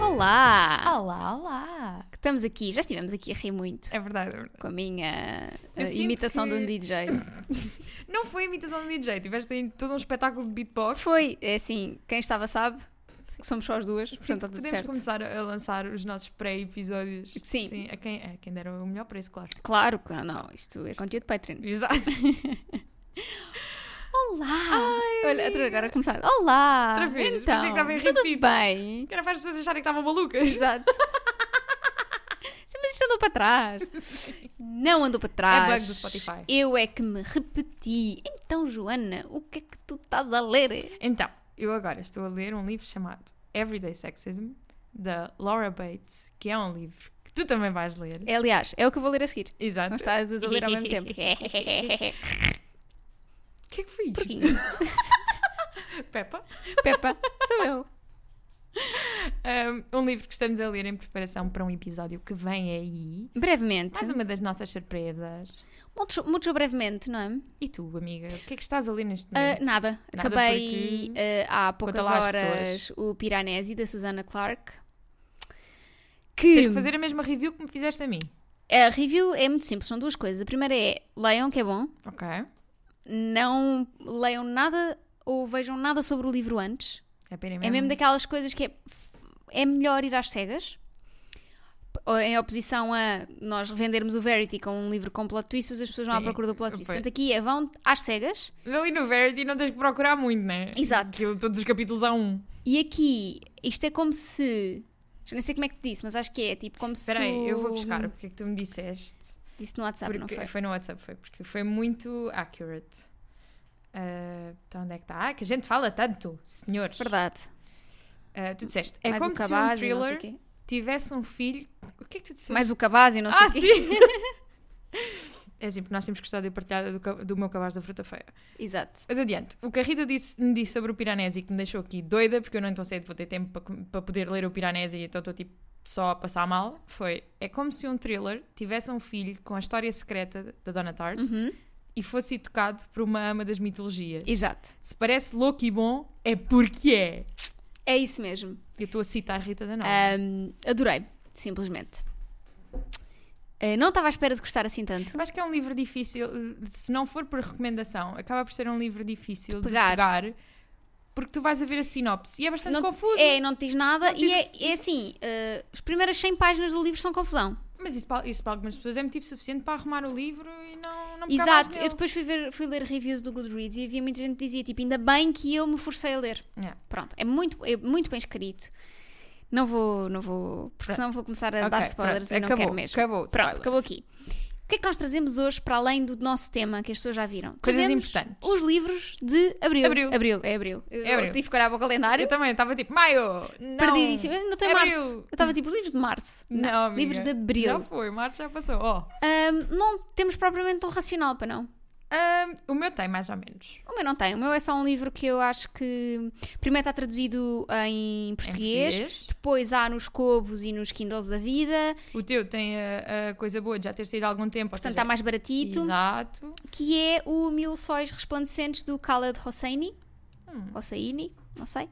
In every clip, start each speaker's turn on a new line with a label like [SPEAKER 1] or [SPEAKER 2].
[SPEAKER 1] Olá!
[SPEAKER 2] Olá, olá!
[SPEAKER 1] Estamos aqui, já estivemos aqui a rir muito
[SPEAKER 2] É verdade, é verdade.
[SPEAKER 1] com a minha
[SPEAKER 2] Eu
[SPEAKER 1] eh,
[SPEAKER 2] sinto
[SPEAKER 1] imitação de um
[SPEAKER 2] que-
[SPEAKER 1] DJ.
[SPEAKER 2] Não foi a imitação de DJ, tiveste aí todo um espetáculo de beatbox.
[SPEAKER 1] Foi, é assim, quem estava sabe que somos só as duas, portanto está tudo
[SPEAKER 2] Podemos
[SPEAKER 1] certo.
[SPEAKER 2] começar a lançar os nossos pré-episódios.
[SPEAKER 1] Sim.
[SPEAKER 2] a, quem, a quem dera o melhor preço, claro.
[SPEAKER 1] Claro, claro, não, isto é conteúdo Patreon.
[SPEAKER 2] Exato.
[SPEAKER 1] Olá!
[SPEAKER 2] Ai,
[SPEAKER 1] Olha, outra-
[SPEAKER 2] amiga.
[SPEAKER 1] agora a começar. Olá!
[SPEAKER 2] Outra vez,
[SPEAKER 1] então,
[SPEAKER 2] pensei que estava em
[SPEAKER 1] tudo
[SPEAKER 2] repeat.
[SPEAKER 1] bem?
[SPEAKER 2] Que era para as pessoas acharem que estavam malucas.
[SPEAKER 1] Exato. Sim, Mas isto andou para trás. Não andou para trás.
[SPEAKER 2] É bug do Spotify.
[SPEAKER 1] Eu é que me repeti. Então, Joana, o que é que tu estás a ler?
[SPEAKER 2] Então, eu agora estou a ler um livro chamado Everyday Sexism, da Laura Bates, que é um livro que tu também vais ler.
[SPEAKER 1] É, aliás, é o que eu vou ler a seguir.
[SPEAKER 2] Exato.
[SPEAKER 1] Vamos estar as duas a ler ao mesmo tempo.
[SPEAKER 2] O que é que foi isto?
[SPEAKER 1] Porquinho.
[SPEAKER 2] Peppa?
[SPEAKER 1] Peppa, sou eu.
[SPEAKER 2] Um, um livro que estamos a ler em preparação para um episódio que vem aí.
[SPEAKER 1] Brevemente.
[SPEAKER 2] Mais uma das nossas surpresas.
[SPEAKER 1] Muito, muito brevemente, não é?
[SPEAKER 2] E tu, amiga, o que é que estás a ler neste
[SPEAKER 1] Ah,
[SPEAKER 2] momento?
[SPEAKER 1] nada. Acabei
[SPEAKER 2] porque-
[SPEAKER 1] ah, há poucas
[SPEAKER 2] lá às
[SPEAKER 1] horas o Piranesi da Susana Clark. Que,
[SPEAKER 2] Tens que fazer a mesma review que me fizeste a mim.
[SPEAKER 1] a review é muito simples, são duas coisas. A primeira é leiam que é bom,
[SPEAKER 2] Ok.
[SPEAKER 1] não leiam nada ou vejam nada sobre o livro antes.
[SPEAKER 2] É, pena
[SPEAKER 1] É mesmo daquelas coisas que é, é melhor ir às cegas. Ou Em oposição a nós vendermos o Verity com um livro com plot twists, as pessoas vão à
[SPEAKER 2] Sim,
[SPEAKER 1] procura do plot twist.
[SPEAKER 2] pois.
[SPEAKER 1] Portanto, aqui é vão às cegas.
[SPEAKER 2] Mas ali no Verity não tens que procurar muito, né?
[SPEAKER 1] Exato.
[SPEAKER 2] Aquilo, todos os capítulos há um.
[SPEAKER 1] E aqui, isto é como se. Já nem sei como é que te disse, mas acho que é tipo como se.
[SPEAKER 2] Espera aí, eu vou
[SPEAKER 1] o-
[SPEAKER 2] buscar porque é que tu me disseste.
[SPEAKER 1] Disse no WhatsApp, Tá, não
[SPEAKER 2] Porque-
[SPEAKER 1] foi?
[SPEAKER 2] no WhatsApp, foi. Porque foi muito accurate. Ah, então onde é que está? Ah, que a gente fala tanto, senhores.
[SPEAKER 1] Verdade.
[SPEAKER 2] Ah, tu disseste, é
[SPEAKER 1] Mais
[SPEAKER 2] como
[SPEAKER 1] o
[SPEAKER 2] se
[SPEAKER 1] cabaz
[SPEAKER 2] um
[SPEAKER 1] e não sei o
[SPEAKER 2] thriller
[SPEAKER 1] quê.
[SPEAKER 2] tivesse um filho. O que é que tu disseste?
[SPEAKER 1] Mais o cabaz e não sei
[SPEAKER 2] ah,
[SPEAKER 1] o quê.
[SPEAKER 2] sim! é assim, porque nós temos gostado e partilhado do, ca- do meu cabaz da fruta feia.
[SPEAKER 1] Exato.
[SPEAKER 2] Mas adiante, o que a Rita disse, me disse sobre o Piranesi que me deixou aqui doida, porque eu não estou cedo, vou ter tempo para, com- para poder ler o Piranesi, então estou tipo só a passar mal. Foi: é como se um thriller tivesse um filho com a história secreta da Donna Tart
[SPEAKER 1] Uhum.
[SPEAKER 2] e fosse tocado por uma ama das mitologias.
[SPEAKER 1] Exato.
[SPEAKER 2] Se parece louco e bom, é porque é.
[SPEAKER 1] É isso mesmo.
[SPEAKER 2] Eu estou a citar Rita da Nova.
[SPEAKER 1] Ahm, adorei, simplesmente. Eh, não estava à espera de gostar assim tanto.
[SPEAKER 2] Eu acho que é um livro difícil, se não for por recomendação, acaba por ser um livro difícil
[SPEAKER 1] De
[SPEAKER 2] de
[SPEAKER 1] pegar.
[SPEAKER 2] pegar, porque tu vais a ver a sinopse e é bastante
[SPEAKER 1] Não-
[SPEAKER 2] confuso.
[SPEAKER 1] É, não te diz nada.
[SPEAKER 2] Não
[SPEAKER 1] e
[SPEAKER 2] diz
[SPEAKER 1] é,
[SPEAKER 2] abs-
[SPEAKER 1] é assim: eh, as primeiras 100 páginas do livro são confusão.
[SPEAKER 2] Mas isso para, isso para algumas pessoas é motivo suficiente para arrumar o livro e não, não pegar um mais
[SPEAKER 1] Exato.
[SPEAKER 2] nele.
[SPEAKER 1] Eu depois fui, ver- fui ler reviews do Goodreads e havia muita gente que dizia: tipo, ainda bem que eu me forcei a ler.
[SPEAKER 2] Yeah.
[SPEAKER 1] Pronto, é muito, é muito bem escrito. Não vou, não vou, porque senão vou começar a
[SPEAKER 2] Ok,
[SPEAKER 1] dar spoilers
[SPEAKER 2] pronto,
[SPEAKER 1] e não
[SPEAKER 2] acabou,
[SPEAKER 1] quero mesmo.
[SPEAKER 2] Acabou,
[SPEAKER 1] Pronto,
[SPEAKER 2] spoiler.
[SPEAKER 1] acabou aqui. O que é que nós trazemos hoje para além do nosso tema que as pessoas já viram?
[SPEAKER 2] Coisas
[SPEAKER 1] Trazemos
[SPEAKER 2] importantes.
[SPEAKER 1] Os livros de abril.
[SPEAKER 2] Abril.
[SPEAKER 1] é abril. Eu
[SPEAKER 2] É abril.
[SPEAKER 1] tive que olhar para o calendário.
[SPEAKER 2] Eu também estava tipo, maio! Não!
[SPEAKER 1] Perdidíssima. Ainda estou em
[SPEAKER 2] Abril.
[SPEAKER 1] março. Eu estava tipo livros de março.
[SPEAKER 2] Não, amiga.
[SPEAKER 1] livros de abril.
[SPEAKER 2] Já foi, março já passou. Oh, ó
[SPEAKER 1] Ahm, não temos propriamente um racional para não.
[SPEAKER 2] ahm, o meu tem, mais ou menos.
[SPEAKER 1] O meu não tem. O meu é só um livro que eu acho que. Primeiro está traduzido em português. Depois há nos Cobos e nos Kindles da vida,
[SPEAKER 2] O teu tem a, a coisa boa de já ter saído há algum tempo. ou
[SPEAKER 1] portanto tá
[SPEAKER 2] seja,
[SPEAKER 1] está mais baratito.
[SPEAKER 2] Exato.
[SPEAKER 1] que é o Mil Sóis Resplandecentes do Khaled Hosseini.
[SPEAKER 2] Hum.
[SPEAKER 1] Hosseini, não sei.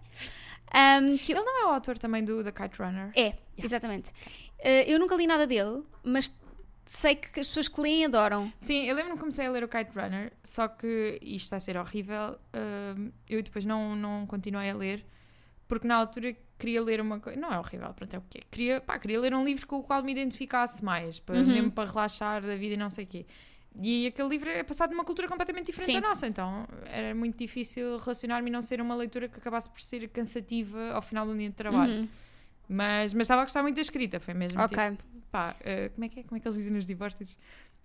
[SPEAKER 1] Ahm, que eu-
[SPEAKER 2] Ele não é o autor também do The Kite Runner?
[SPEAKER 1] É, exatamente. Eh, eu nunca li nada dele, mas sei que as pessoas que leem adoram.
[SPEAKER 2] Sim, eu lembro-me que comecei a ler o Kite Runner, só que isto vai ser horrível. hum, eu depois não, não continuei a ler, porque na altura queria ler uma coisa. Não é horrível, pronto, é o que é. Queria, pá, queria ler um livro com o qual me identificasse mais, para,
[SPEAKER 1] Uhum.
[SPEAKER 2] mesmo para relaxar da vida e não sei o quê. E aquele livro é passado numa cultura completamente diferente
[SPEAKER 1] Sim.
[SPEAKER 2] da nossa, então era muito difícil relacionar-me e não ser uma leitura que acabasse por ser cansativa ao final do dia de trabalho.
[SPEAKER 1] Uhum,
[SPEAKER 2] Mas, mas estava a gostar muito da escrita, foi mesmo.
[SPEAKER 1] Ok,
[SPEAKER 2] tipo, pá, uh, como, é que é? como é que eles dizem nos divórcios?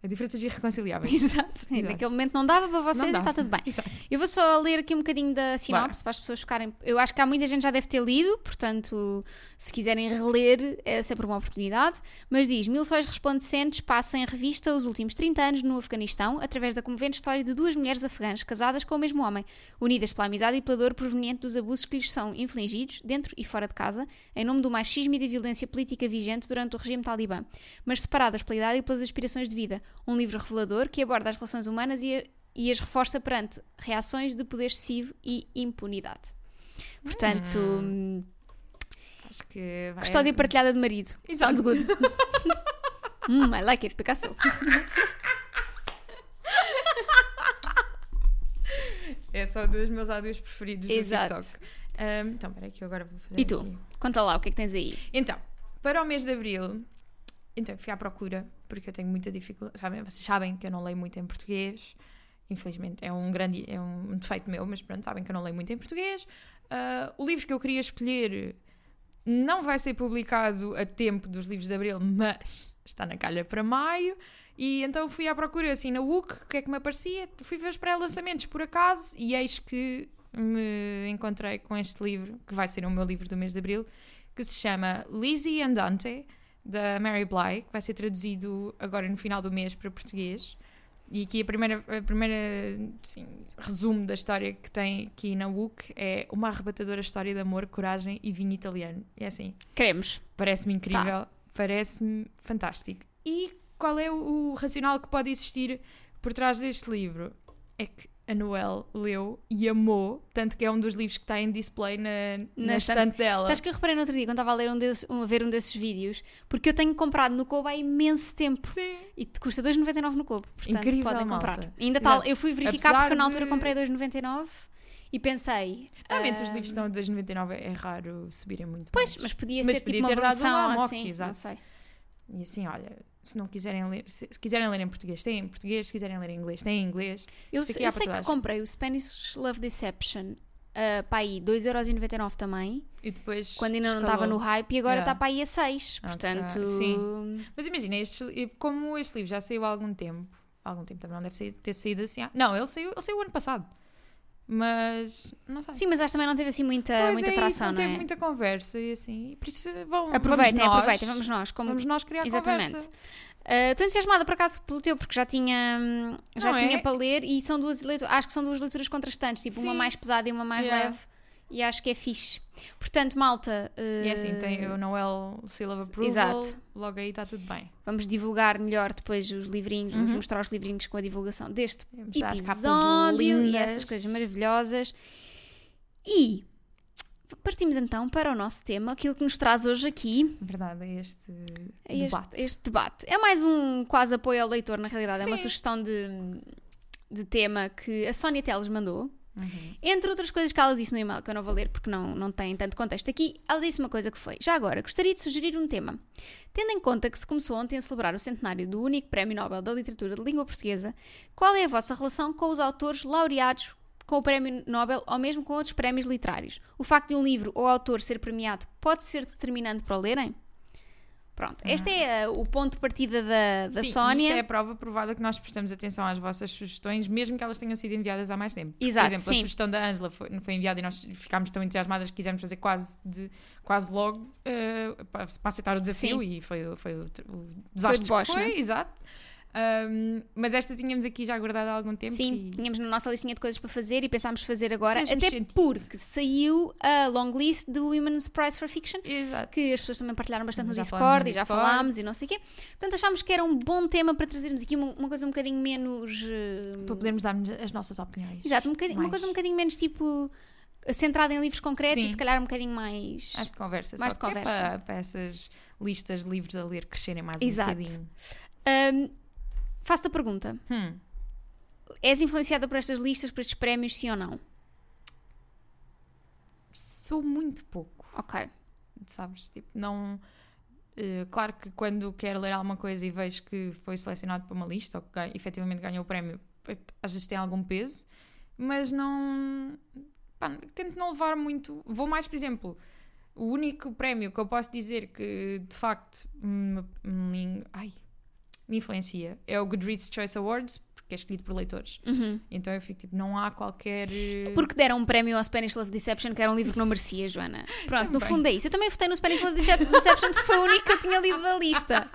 [SPEAKER 2] A diferenças irreconciliáveis.
[SPEAKER 1] exato. Naquele momento não dava para vocês
[SPEAKER 2] Não
[SPEAKER 1] e está
[SPEAKER 2] dava.
[SPEAKER 1] tudo bem.
[SPEAKER 2] Exato.
[SPEAKER 1] Eu vou só ler aqui um bocadinho da sinopse para as pessoas ficarem. Eu acho que há muita gente já deve ter lido, portanto, se quiserem reler, é sempre uma oportunidade. Mas diz: Mil sóis resplandecentes passam em revista os últimos 30 anos no Afeganistão, através da comovente história de duas mulheres afegãs casadas com o mesmo homem, unidas pela amizade e pela dor proveniente dos abusos que lhes são infligidos, dentro e fora de casa, em nome do machismo e da violência política vigente durante o regime talibã, mas separadas pela idade e pelas aspirações de vida. Um livro revelador que aborda as relações humanas e a e as reforça perante reações de poder excessivo e impunidade. Portanto, hum,
[SPEAKER 2] Acho que vai.
[SPEAKER 1] Custódia partilhada de marido. Sounds
[SPEAKER 2] Exato.
[SPEAKER 1] good. Hum, I like it, Picasso.
[SPEAKER 2] É só dos meus áudios preferidos
[SPEAKER 1] Exato.
[SPEAKER 2] do TikTok. Ahm, então, peraí que eu agora vou fazer
[SPEAKER 1] E tu?
[SPEAKER 2] aqui.
[SPEAKER 1] Conta lá, o que é que tens aí?
[SPEAKER 2] Então, para o mês de Abril, então fui à procura, porque eu tenho muita dificuldade. Sabem, vocês sabem que eu não leio muito em português. Infelizmente é um grande é um defeito meu, mas pronto, sabem que eu não leio muito em português. Ah, o livro que eu queria escolher não vai ser publicado a tempo dos livros de Abril, mas está na calha para maio. E então fui à procura assim na WUC, o que é que me aparecia? Fui ver os pré-lançamentos por acaso e eis que me encontrei com este livro, que vai ser o meu livro do mês de Abril, que se chama Lizzie and Dante, da Mary Bly, que vai ser traduzido agora no final do mês para português. E aqui a primeira, a primeira sim, resumo da história que tem aqui na WUC é uma arrebatadora história de amor, coragem e vinho italiano. É assim,
[SPEAKER 1] Queremos.
[SPEAKER 2] Parece-me
[SPEAKER 1] Tá.
[SPEAKER 2] incrível, parece-me fantástico. E qual é o, o racional que pode existir por trás deste livro? É que a Noel leu e amou, tanto que é um dos livros que está em display na, na,
[SPEAKER 1] Na estante-
[SPEAKER 2] estante dela.
[SPEAKER 1] Sabes que eu reparei no outro dia, quando estava a, ler um desse- um- a ver um desses vídeos, porque eu tenho comprado no Kobo há imenso tempo.
[SPEAKER 2] Sim.
[SPEAKER 1] E te custa 2,99 no Kobo, portanto
[SPEAKER 2] Incrível,
[SPEAKER 1] podem comprar.
[SPEAKER 2] malta.
[SPEAKER 1] Ainda tal,
[SPEAKER 2] Exato.
[SPEAKER 1] eu fui verificar
[SPEAKER 2] Apesar
[SPEAKER 1] porque eu na altura
[SPEAKER 2] de-
[SPEAKER 1] comprei 2,99 e pensei...
[SPEAKER 2] Normalmente os
[SPEAKER 1] ah,
[SPEAKER 2] livros estão a 2,99, é raro subirem muito
[SPEAKER 1] Pois,
[SPEAKER 2] mais.
[SPEAKER 1] mas podia
[SPEAKER 2] Mas
[SPEAKER 1] ser
[SPEAKER 2] podia
[SPEAKER 1] tipo
[SPEAKER 2] ter
[SPEAKER 1] uma
[SPEAKER 2] dado
[SPEAKER 1] promoção
[SPEAKER 2] lá,
[SPEAKER 1] ou
[SPEAKER 2] ok,
[SPEAKER 1] assim, não
[SPEAKER 2] exato.
[SPEAKER 1] sei.
[SPEAKER 2] E assim, olha, se não quiserem ler, se, se quiserem ler em português, tem em português, se quiserem ler em inglês, tem em inglês.
[SPEAKER 1] Eu,
[SPEAKER 2] Isto
[SPEAKER 1] se-
[SPEAKER 2] aqui
[SPEAKER 1] eu
[SPEAKER 2] há
[SPEAKER 1] sei que
[SPEAKER 2] português.
[SPEAKER 1] comprei o Spanish Love Deception ah, para aí 2,99€ também,
[SPEAKER 2] E depois.
[SPEAKER 1] quando ainda não
[SPEAKER 2] escalou.
[SPEAKER 1] estava no hype, e agora
[SPEAKER 2] Yeah.
[SPEAKER 1] está para aí a 6.
[SPEAKER 2] Ok,
[SPEAKER 1] Portanto,
[SPEAKER 2] sim. Mas imagina, este, li- como este livro já saiu há algum tempo, há algum tempo também não deve sair- ter saído assim. há- Não, ele saiu, ele saiu ano passado. Mas não sei.
[SPEAKER 1] Sim, mas acho que também não teve assim muita,
[SPEAKER 2] Pois
[SPEAKER 1] muita
[SPEAKER 2] é isso,
[SPEAKER 1] atração,
[SPEAKER 2] não teve
[SPEAKER 1] é?
[SPEAKER 2] muita conversa e assim. E por isso vão,
[SPEAKER 1] Aproveitem,
[SPEAKER 2] vamos nós,
[SPEAKER 1] aproveitem, vamos nós. Como...
[SPEAKER 2] vamos nós criar
[SPEAKER 1] Exatamente.
[SPEAKER 2] conversa.
[SPEAKER 1] Ah, Estou entusiasmada por acaso pelo teu, porque já tinha, hum, já
[SPEAKER 2] Não
[SPEAKER 1] tinha
[SPEAKER 2] é?
[SPEAKER 1] para ler e são duas leituras, acho que são duas leituras contrastantes, tipo uma
[SPEAKER 2] Sim.
[SPEAKER 1] mais pesada e uma mais
[SPEAKER 2] Yeah.
[SPEAKER 1] leve, e acho que é fixe. Portanto, malta,
[SPEAKER 2] E é assim, tem
[SPEAKER 1] ah,
[SPEAKER 2] o Noel Seal of Approval,
[SPEAKER 1] exato.
[SPEAKER 2] logo aí está tudo bem.
[SPEAKER 1] vamos divulgar melhor depois os livrinhos, vamos
[SPEAKER 2] Uhum.
[SPEAKER 1] mostrar os livrinhos com a divulgação deste
[SPEAKER 2] Vamos dar as capas
[SPEAKER 1] episódio e
[SPEAKER 2] lindas.
[SPEAKER 1] essas coisas maravilhosas. E partimos então para o nosso tema, aquilo que nos traz hoje aqui.
[SPEAKER 2] Verdade, é este,
[SPEAKER 1] este
[SPEAKER 2] debate.
[SPEAKER 1] este debate. É mais um quase apoio ao leitor, na realidade. É uma
[SPEAKER 2] Sim.
[SPEAKER 1] sugestão de, de tema que a Sónia Teles mandou.
[SPEAKER 2] Uhum.
[SPEAKER 1] Entre outras coisas que ela disse no e-mail, que eu não vou ler porque não, não tem tanto contexto aqui, ela disse uma coisa que foi: Já agora, gostaria de sugerir um tema. Tendo em conta que se começou ontem a celebrar o centenário do único Prémio Nobel da Literatura de Língua Portuguesa, qual é a vossa relação com os autores laureados com o Prémio Nobel ou mesmo com outros prémios literários? O facto de um livro ou autor ser premiado pode ser determinante para o lerem? Pronto, este é uh, o ponto de partida da, da
[SPEAKER 2] Ah. Sim,
[SPEAKER 1] Sónia.
[SPEAKER 2] Isto é a prova provada que nós prestamos atenção às vossas sugestões, mesmo que elas tenham sido enviadas há mais tempo. Porque,
[SPEAKER 1] Exato,
[SPEAKER 2] Por exemplo,
[SPEAKER 1] sim.
[SPEAKER 2] a sugestão da Ângela foi, foi enviada e nós ficámos tão entusiasmadas que quisemos fazer quase, de, quase logo eh, para, para aceitar o desafio e foi, o- foi o, o desastre
[SPEAKER 1] deboche,
[SPEAKER 2] que foi,
[SPEAKER 1] né?
[SPEAKER 2] exato. Ahm, mas esta tínhamos aqui já guardada há algum tempo.
[SPEAKER 1] Sim,
[SPEAKER 2] e...
[SPEAKER 1] tínhamos na nossa listinha de coisas para fazer e pensámos fazer agora,
[SPEAKER 2] Fez-nos
[SPEAKER 1] até
[SPEAKER 2] sentido.
[SPEAKER 1] porque saiu a long list do Women's Prize for Fiction,
[SPEAKER 2] Exato.
[SPEAKER 1] que as pessoas também partilharam bastante no
[SPEAKER 2] Já
[SPEAKER 1] Discord
[SPEAKER 2] falámos no
[SPEAKER 1] e já
[SPEAKER 2] Discord.
[SPEAKER 1] falámos e não sei o quê. Portanto, achámos que era um bom tema para trazermos aqui uma, uma coisa um bocadinho menos. eh,
[SPEAKER 2] Para podermos darmos as nossas opiniões.
[SPEAKER 1] Exato, um bocadinho- uma
[SPEAKER 2] mais.
[SPEAKER 1] coisa um bocadinho menos tipo centrada em livros concretos
[SPEAKER 2] Sim.
[SPEAKER 1] e se calhar um bocadinho mais.
[SPEAKER 2] Mais de conversa.
[SPEAKER 1] Mais
[SPEAKER 2] só
[SPEAKER 1] de
[SPEAKER 2] que é
[SPEAKER 1] conversa.
[SPEAKER 2] para, para essas listas de livros a ler crescerem mais
[SPEAKER 1] Exato.
[SPEAKER 2] um bocadinho.
[SPEAKER 1] Ahm, Faço-te a pergunta:
[SPEAKER 2] Hum.
[SPEAKER 1] és influenciada por estas listas, por estes prémios, sim ou não?
[SPEAKER 2] Sou muito pouco.
[SPEAKER 1] Ok.
[SPEAKER 2] sabes? Tipo, não. eh, claro que quando quero ler alguma coisa e vejo que foi selecionado para uma lista ou que ganha, efetivamente ganhou o prémio, eh, às vezes tem algum peso, mas não. pá, tento não levar muito. Vou mais, por exemplo, o único prémio que eu posso dizer que de facto me, me- ai, me influencia é o Goodreads Choice Awards, porque é escolhido por leitores.
[SPEAKER 1] Uhum.
[SPEAKER 2] Então eu fico tipo, não há qualquer. eh,
[SPEAKER 1] Porque deram um prémio ao Spanish Love Deception, que era um livro que não merecia, Joana. Pronto, no
[SPEAKER 2] Também.
[SPEAKER 1] fundo é isso. Eu também votei no Spanish Love Decep- Deception porque foi o único que eu tinha lido da lista.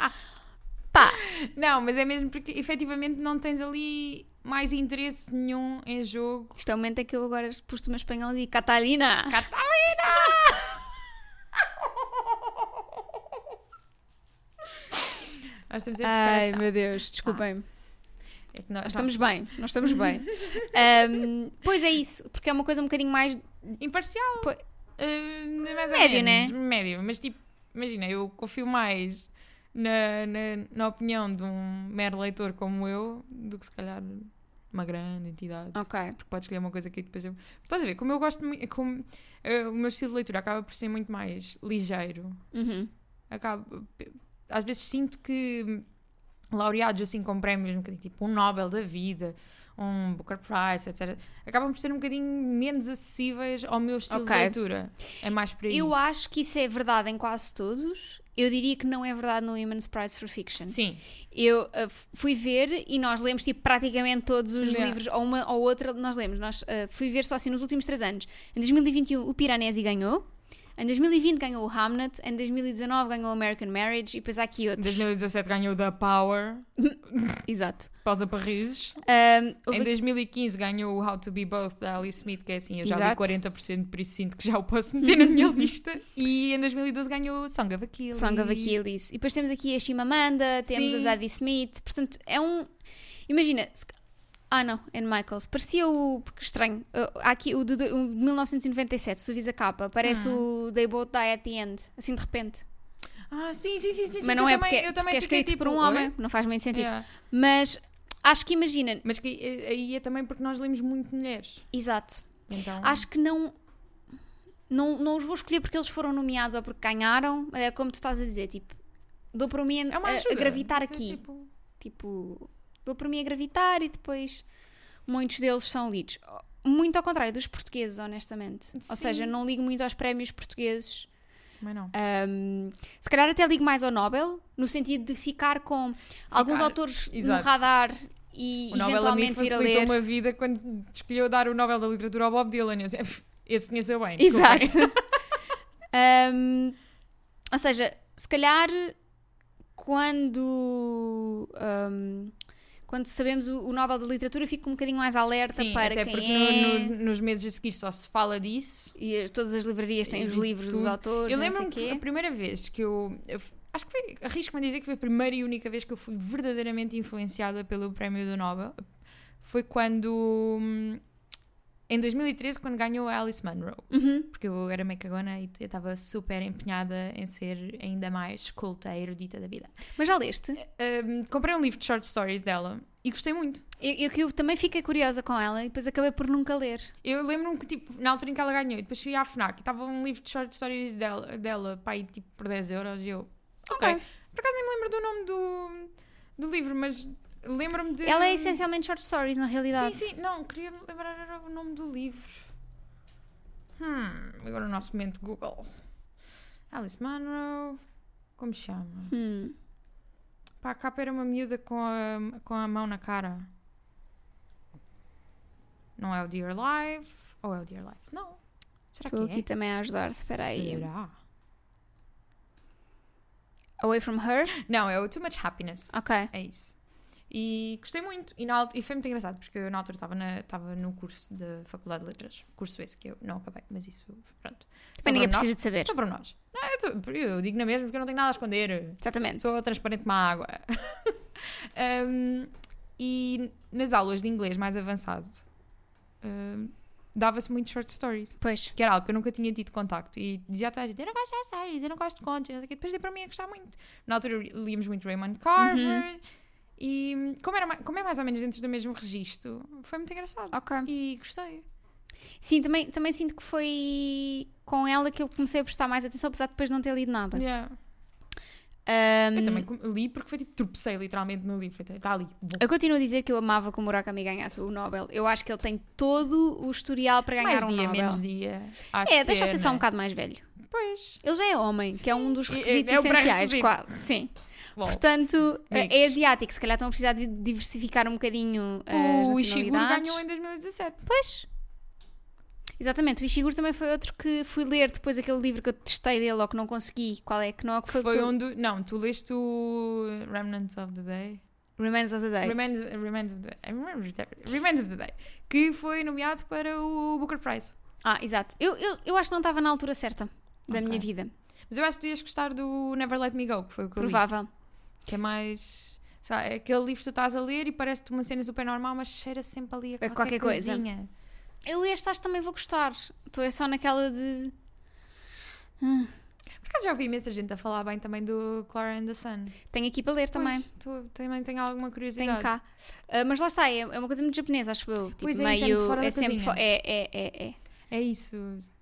[SPEAKER 1] Pá,
[SPEAKER 2] Não, mas é mesmo porque efetivamente não tens ali mais interesse nenhum em jogo.
[SPEAKER 1] isto é o momento em que eu agora pus-te uma espanhola e digo, Catalina!
[SPEAKER 2] Nós estamos a
[SPEAKER 1] Ai,
[SPEAKER 2] ficar assim.
[SPEAKER 1] meu Deus, desculpem-me.
[SPEAKER 2] é que nós,
[SPEAKER 1] Nós estamos bem, nós estamos bem. Ahm, pois é isso, porque é uma coisa um bocadinho mais...
[SPEAKER 2] imparcial.
[SPEAKER 1] Pois-
[SPEAKER 2] Uh, mais
[SPEAKER 1] Médio,
[SPEAKER 2] ou menos,
[SPEAKER 1] né?
[SPEAKER 2] Médio, mas tipo, imagina, eu confio mais na, na, na opinião de um mero leitor como eu do que se calhar uma grande entidade.
[SPEAKER 1] Ok.
[SPEAKER 2] Porque pode escolher uma coisa que depois eu. Estás a ver? Como eu gosto. mui- Como, eh, o meu estilo de leitura acaba por ser muito mais ligeiro.
[SPEAKER 1] Uhum.
[SPEAKER 2] Acaba, às vezes sinto que laureados assim com prémios, um bocadinho tipo um Nobel da vida, um Booker Prize, etc., acabam por ser um bocadinho menos acessíveis ao meu estilo
[SPEAKER 1] Ok.
[SPEAKER 2] de leitura. É mais por aí.
[SPEAKER 1] Eu acho que isso é verdade em quase todos. Eu diria que não é verdade no Women's Prize for Fiction.
[SPEAKER 2] Sim,
[SPEAKER 1] Eu uh, f- fui ver e nós lemos tipo, praticamente todos os
[SPEAKER 2] Yeah.
[SPEAKER 1] livros, ou uma ou outra nós lemos. Nós, uh, fui ver só assim nos últimos três anos. Em 2021 o Piranesi ganhou, em 2020 ganhou o Hamnet, em 2019 ganhou o American Marriage e depois há aqui
[SPEAKER 2] em
[SPEAKER 1] outros.
[SPEAKER 2] 2017 ganhou The Power,
[SPEAKER 1] Exato.
[SPEAKER 2] pausa para risos.
[SPEAKER 1] Um,
[SPEAKER 2] Em
[SPEAKER 1] houve-
[SPEAKER 2] 2015 ganhou o How to Be Both da Alice Smith, que é assim, eu já
[SPEAKER 1] Exato.
[SPEAKER 2] li 40%, por isso sinto que já o posso meter na minha lista. E em 2012 ganhou o Song of Achilles.
[SPEAKER 1] Song of Achilles. E depois temos aqui a Shimamanda, temos
[SPEAKER 2] Sim.
[SPEAKER 1] a Zadie Smith. Portanto, é um. Imagina. se- Ah, não, Anne Michaels. Parecia o. Porque estranho. uh, há aqui o de, de- o de 1997, se tu vis a capa, parece o They Both Die at the End. Assim de repente.
[SPEAKER 2] Ah, sim, sim, sim. sim sim,
[SPEAKER 1] Mas
[SPEAKER 2] que
[SPEAKER 1] não
[SPEAKER 2] eu
[SPEAKER 1] é
[SPEAKER 2] também,
[SPEAKER 1] porque,
[SPEAKER 2] eu também
[SPEAKER 1] porque é
[SPEAKER 2] fiquei
[SPEAKER 1] escrito
[SPEAKER 2] tipo,
[SPEAKER 1] por um
[SPEAKER 2] "Oi?"
[SPEAKER 1] homem. tipo Não faz muito sentido.
[SPEAKER 2] Yeah.
[SPEAKER 1] Mas acho que imagina.
[SPEAKER 2] Mas que, eh, aí é também porque nós lemos muito mulheres.
[SPEAKER 1] Exato.
[SPEAKER 2] Então,
[SPEAKER 1] Acho que não. Não, não os vou escolher porque eles foram nomeados ou porque ganharam. É como tu estás a dizer, tipo. Dou para mim a,
[SPEAKER 2] é uma
[SPEAKER 1] a- a
[SPEAKER 2] ajuda.
[SPEAKER 1] gravitar
[SPEAKER 2] É
[SPEAKER 1] aqui.
[SPEAKER 2] tipo,
[SPEAKER 1] Tipo, dou por mim a gravitar e depois muitos deles são lidos. Muito ao contrário dos portugueses, honestamente. Ou
[SPEAKER 2] Sim.
[SPEAKER 1] seja, não ligo muito aos prémios portugueses.
[SPEAKER 2] mas não.
[SPEAKER 1] Ahm, se calhar até ligo mais ao Nobel, no sentido de ficar com alguns autores
[SPEAKER 2] exato.
[SPEAKER 1] no radar e
[SPEAKER 2] O Nobel a mim
[SPEAKER 1] eventualmente vir a
[SPEAKER 2] facilitou
[SPEAKER 1] ler.
[SPEAKER 2] uma vida quando escolheu dar o Nobel da Literatura ao Bob Dylan. Eu disse, "Pff, esse conheço eu bem. desculpem."
[SPEAKER 1] Exato. Ahm, ou seja, se calhar quando. ahm, quando sabemos o o Nobel da Literatura, fico um bocadinho mais alerta
[SPEAKER 2] Sim,
[SPEAKER 1] para
[SPEAKER 2] até
[SPEAKER 1] quem
[SPEAKER 2] porque
[SPEAKER 1] é.
[SPEAKER 2] no- no- nos meses a seguir só se fala disso.
[SPEAKER 1] E as- todas as livrarias têm
[SPEAKER 2] E
[SPEAKER 1] os
[SPEAKER 2] de
[SPEAKER 1] livros dos
[SPEAKER 2] tudo.
[SPEAKER 1] autores,
[SPEAKER 2] Eu
[SPEAKER 1] e não sei
[SPEAKER 2] lembro-me
[SPEAKER 1] o
[SPEAKER 2] que a
[SPEAKER 1] quê.
[SPEAKER 2] primeira vez que eu. eu f- acho que foi. Arrisco-me a dizer que foi a primeira e única vez que eu fui verdadeiramente influenciada pelo prémio do Nobel. Foi quando. hum, Em 2013, quando ganhou a Alice Munro.
[SPEAKER 1] Uhum.
[SPEAKER 2] Porque eu era meio cagona e eu estava super empenhada em ser ainda mais culta e erudita da vida.
[SPEAKER 1] Mas já leste?
[SPEAKER 2] Hum, comprei um livro de short stories dela e gostei muito.
[SPEAKER 1] Eu, eu, que eu também fiquei curiosa com ela e depois acabei por nunca ler.
[SPEAKER 2] Eu lembro-me que, tipo, na altura em que ela ganhou, e depois fui à FNAC e estava um livro de short stories dela, dela pá, aí, tipo, por 10 euros e eu... Ok. Por acaso nem me lembro do nome do, do livro, mas lembro-me de.
[SPEAKER 1] Ela é essencialmente short stories, na realidade.
[SPEAKER 2] Hum. Sim, sim, não, queria me lembrar era o nome do livro. Hum, agora o nosso momento Google. Alice Munro. Como se chama?
[SPEAKER 1] Hum.
[SPEAKER 2] Pá, a capa era uma miúda com a, com a mão na cara. Não é o Dear Life? Ou é o Dear Life? Não. Será
[SPEAKER 1] Estou
[SPEAKER 2] que
[SPEAKER 1] aqui
[SPEAKER 2] é?
[SPEAKER 1] também a ajudar-te. Espera aí.
[SPEAKER 2] Será?
[SPEAKER 1] Away from her?
[SPEAKER 2] Não, é o Too Much Happiness.
[SPEAKER 1] Ok.
[SPEAKER 2] É isso. E gostei muito. E, na alt- e foi muito engraçado, porque eu na altura estava na- estava no curso da Faculdade de Letras. Curso esse que eu não acabei, mas isso, pronto.
[SPEAKER 1] Também ninguém precisa de
[SPEAKER 2] nós.
[SPEAKER 1] saber.
[SPEAKER 2] Só para nós. Não, eu, tô- eu digo na mesma porque eu não tenho nada a esconder.
[SPEAKER 1] Exatamente.
[SPEAKER 2] Sou transparente como a água. Um, e nas aulas de inglês mais avançado, um, dava-se muito short stories.
[SPEAKER 1] Pois.
[SPEAKER 2] Que era algo que eu nunca tinha tido contacto. E dizia a toda a gente, eu não gosto de short stories, eu não gosto de contos, e não sei o quê. Depois dei para mim a gostar muito. Na altura líamos muito Raymond Carver.
[SPEAKER 1] Uhum.
[SPEAKER 2] E como, era, ma- como é mais ou menos dentro do mesmo registro, foi muito engraçado.
[SPEAKER 1] Ok.
[SPEAKER 2] E gostei.
[SPEAKER 1] Sim, também, também sinto que foi com ela que eu comecei a prestar mais atenção, apesar de depois não ter lido nada.
[SPEAKER 2] Yeah.
[SPEAKER 1] Ahm,
[SPEAKER 2] Eu também com- li porque foi tipo, tropecei literalmente no livro. Está ali. Vou.
[SPEAKER 1] Eu continuo a dizer que eu amava que o Murakami ganhasse o Nobel. Eu acho que ele tem todo o historial para ganhar
[SPEAKER 2] Mais
[SPEAKER 1] um
[SPEAKER 2] dia,
[SPEAKER 1] Nobel.
[SPEAKER 2] menos dia. Há de
[SPEAKER 1] É, deixa ser só um
[SPEAKER 2] né?
[SPEAKER 1] bocado mais velho.
[SPEAKER 2] Pois.
[SPEAKER 1] Ele já é homem, que é um dos
[SPEAKER 2] Sim, é-
[SPEAKER 1] requisitos
[SPEAKER 2] é o
[SPEAKER 1] essenciais,
[SPEAKER 2] pré-requisito.
[SPEAKER 1] quase. Sim.
[SPEAKER 2] Bom,
[SPEAKER 1] Portanto,
[SPEAKER 2] Mix.
[SPEAKER 1] é asiático, se calhar estão a precisar de diversificar um bocadinho eh, as
[SPEAKER 2] o Ishiguro
[SPEAKER 1] nacionalidades.
[SPEAKER 2] ganhou em 2017.
[SPEAKER 1] Pois. Exatamente, o Ishiguro também foi outro que fui ler depois aquele livro que eu testei dele ou que não consegui. Qual é que não é que
[SPEAKER 2] Foi,
[SPEAKER 1] foi, o que tu-
[SPEAKER 2] onde. Não, tu leste o Remnants of the Day.
[SPEAKER 1] Remains of the Day.
[SPEAKER 2] Remains, Remains of the Day. Remains of the Day. Que foi nomeado para o Booker Prize.
[SPEAKER 1] Ah, exato. Eu, eu, eu acho que não estava na altura certa da
[SPEAKER 2] Ok.
[SPEAKER 1] minha vida.
[SPEAKER 2] Mas eu acho que tu ias gostar do Never Let Me Go, que foi o que eu li.
[SPEAKER 1] Provável.
[SPEAKER 2] Que é mais. sei lá, é aquele livro que tu estás a ler e parece-te uma cena super normal, mas cheira sempre ali a
[SPEAKER 1] É qualquer
[SPEAKER 2] qualquer,
[SPEAKER 1] coisa.
[SPEAKER 2] coisinha.
[SPEAKER 1] Eu este acho que também vou gostar. Estou é só naquela de.
[SPEAKER 2] já ouvi imensa gente a falar bem também do Clara and the Sun.
[SPEAKER 1] Tenho aqui para ler também.
[SPEAKER 2] Pois, tu também tenho alguma curiosidade.
[SPEAKER 1] Tenho cá. Ah, mas lá está, é, é uma coisa muito japonesa, acho eu. Tipo,
[SPEAKER 2] Pois é, isso é
[SPEAKER 1] meio.
[SPEAKER 2] muito fora da
[SPEAKER 1] fo-
[SPEAKER 2] casinha.
[SPEAKER 1] é, é, é, é.
[SPEAKER 2] É isso.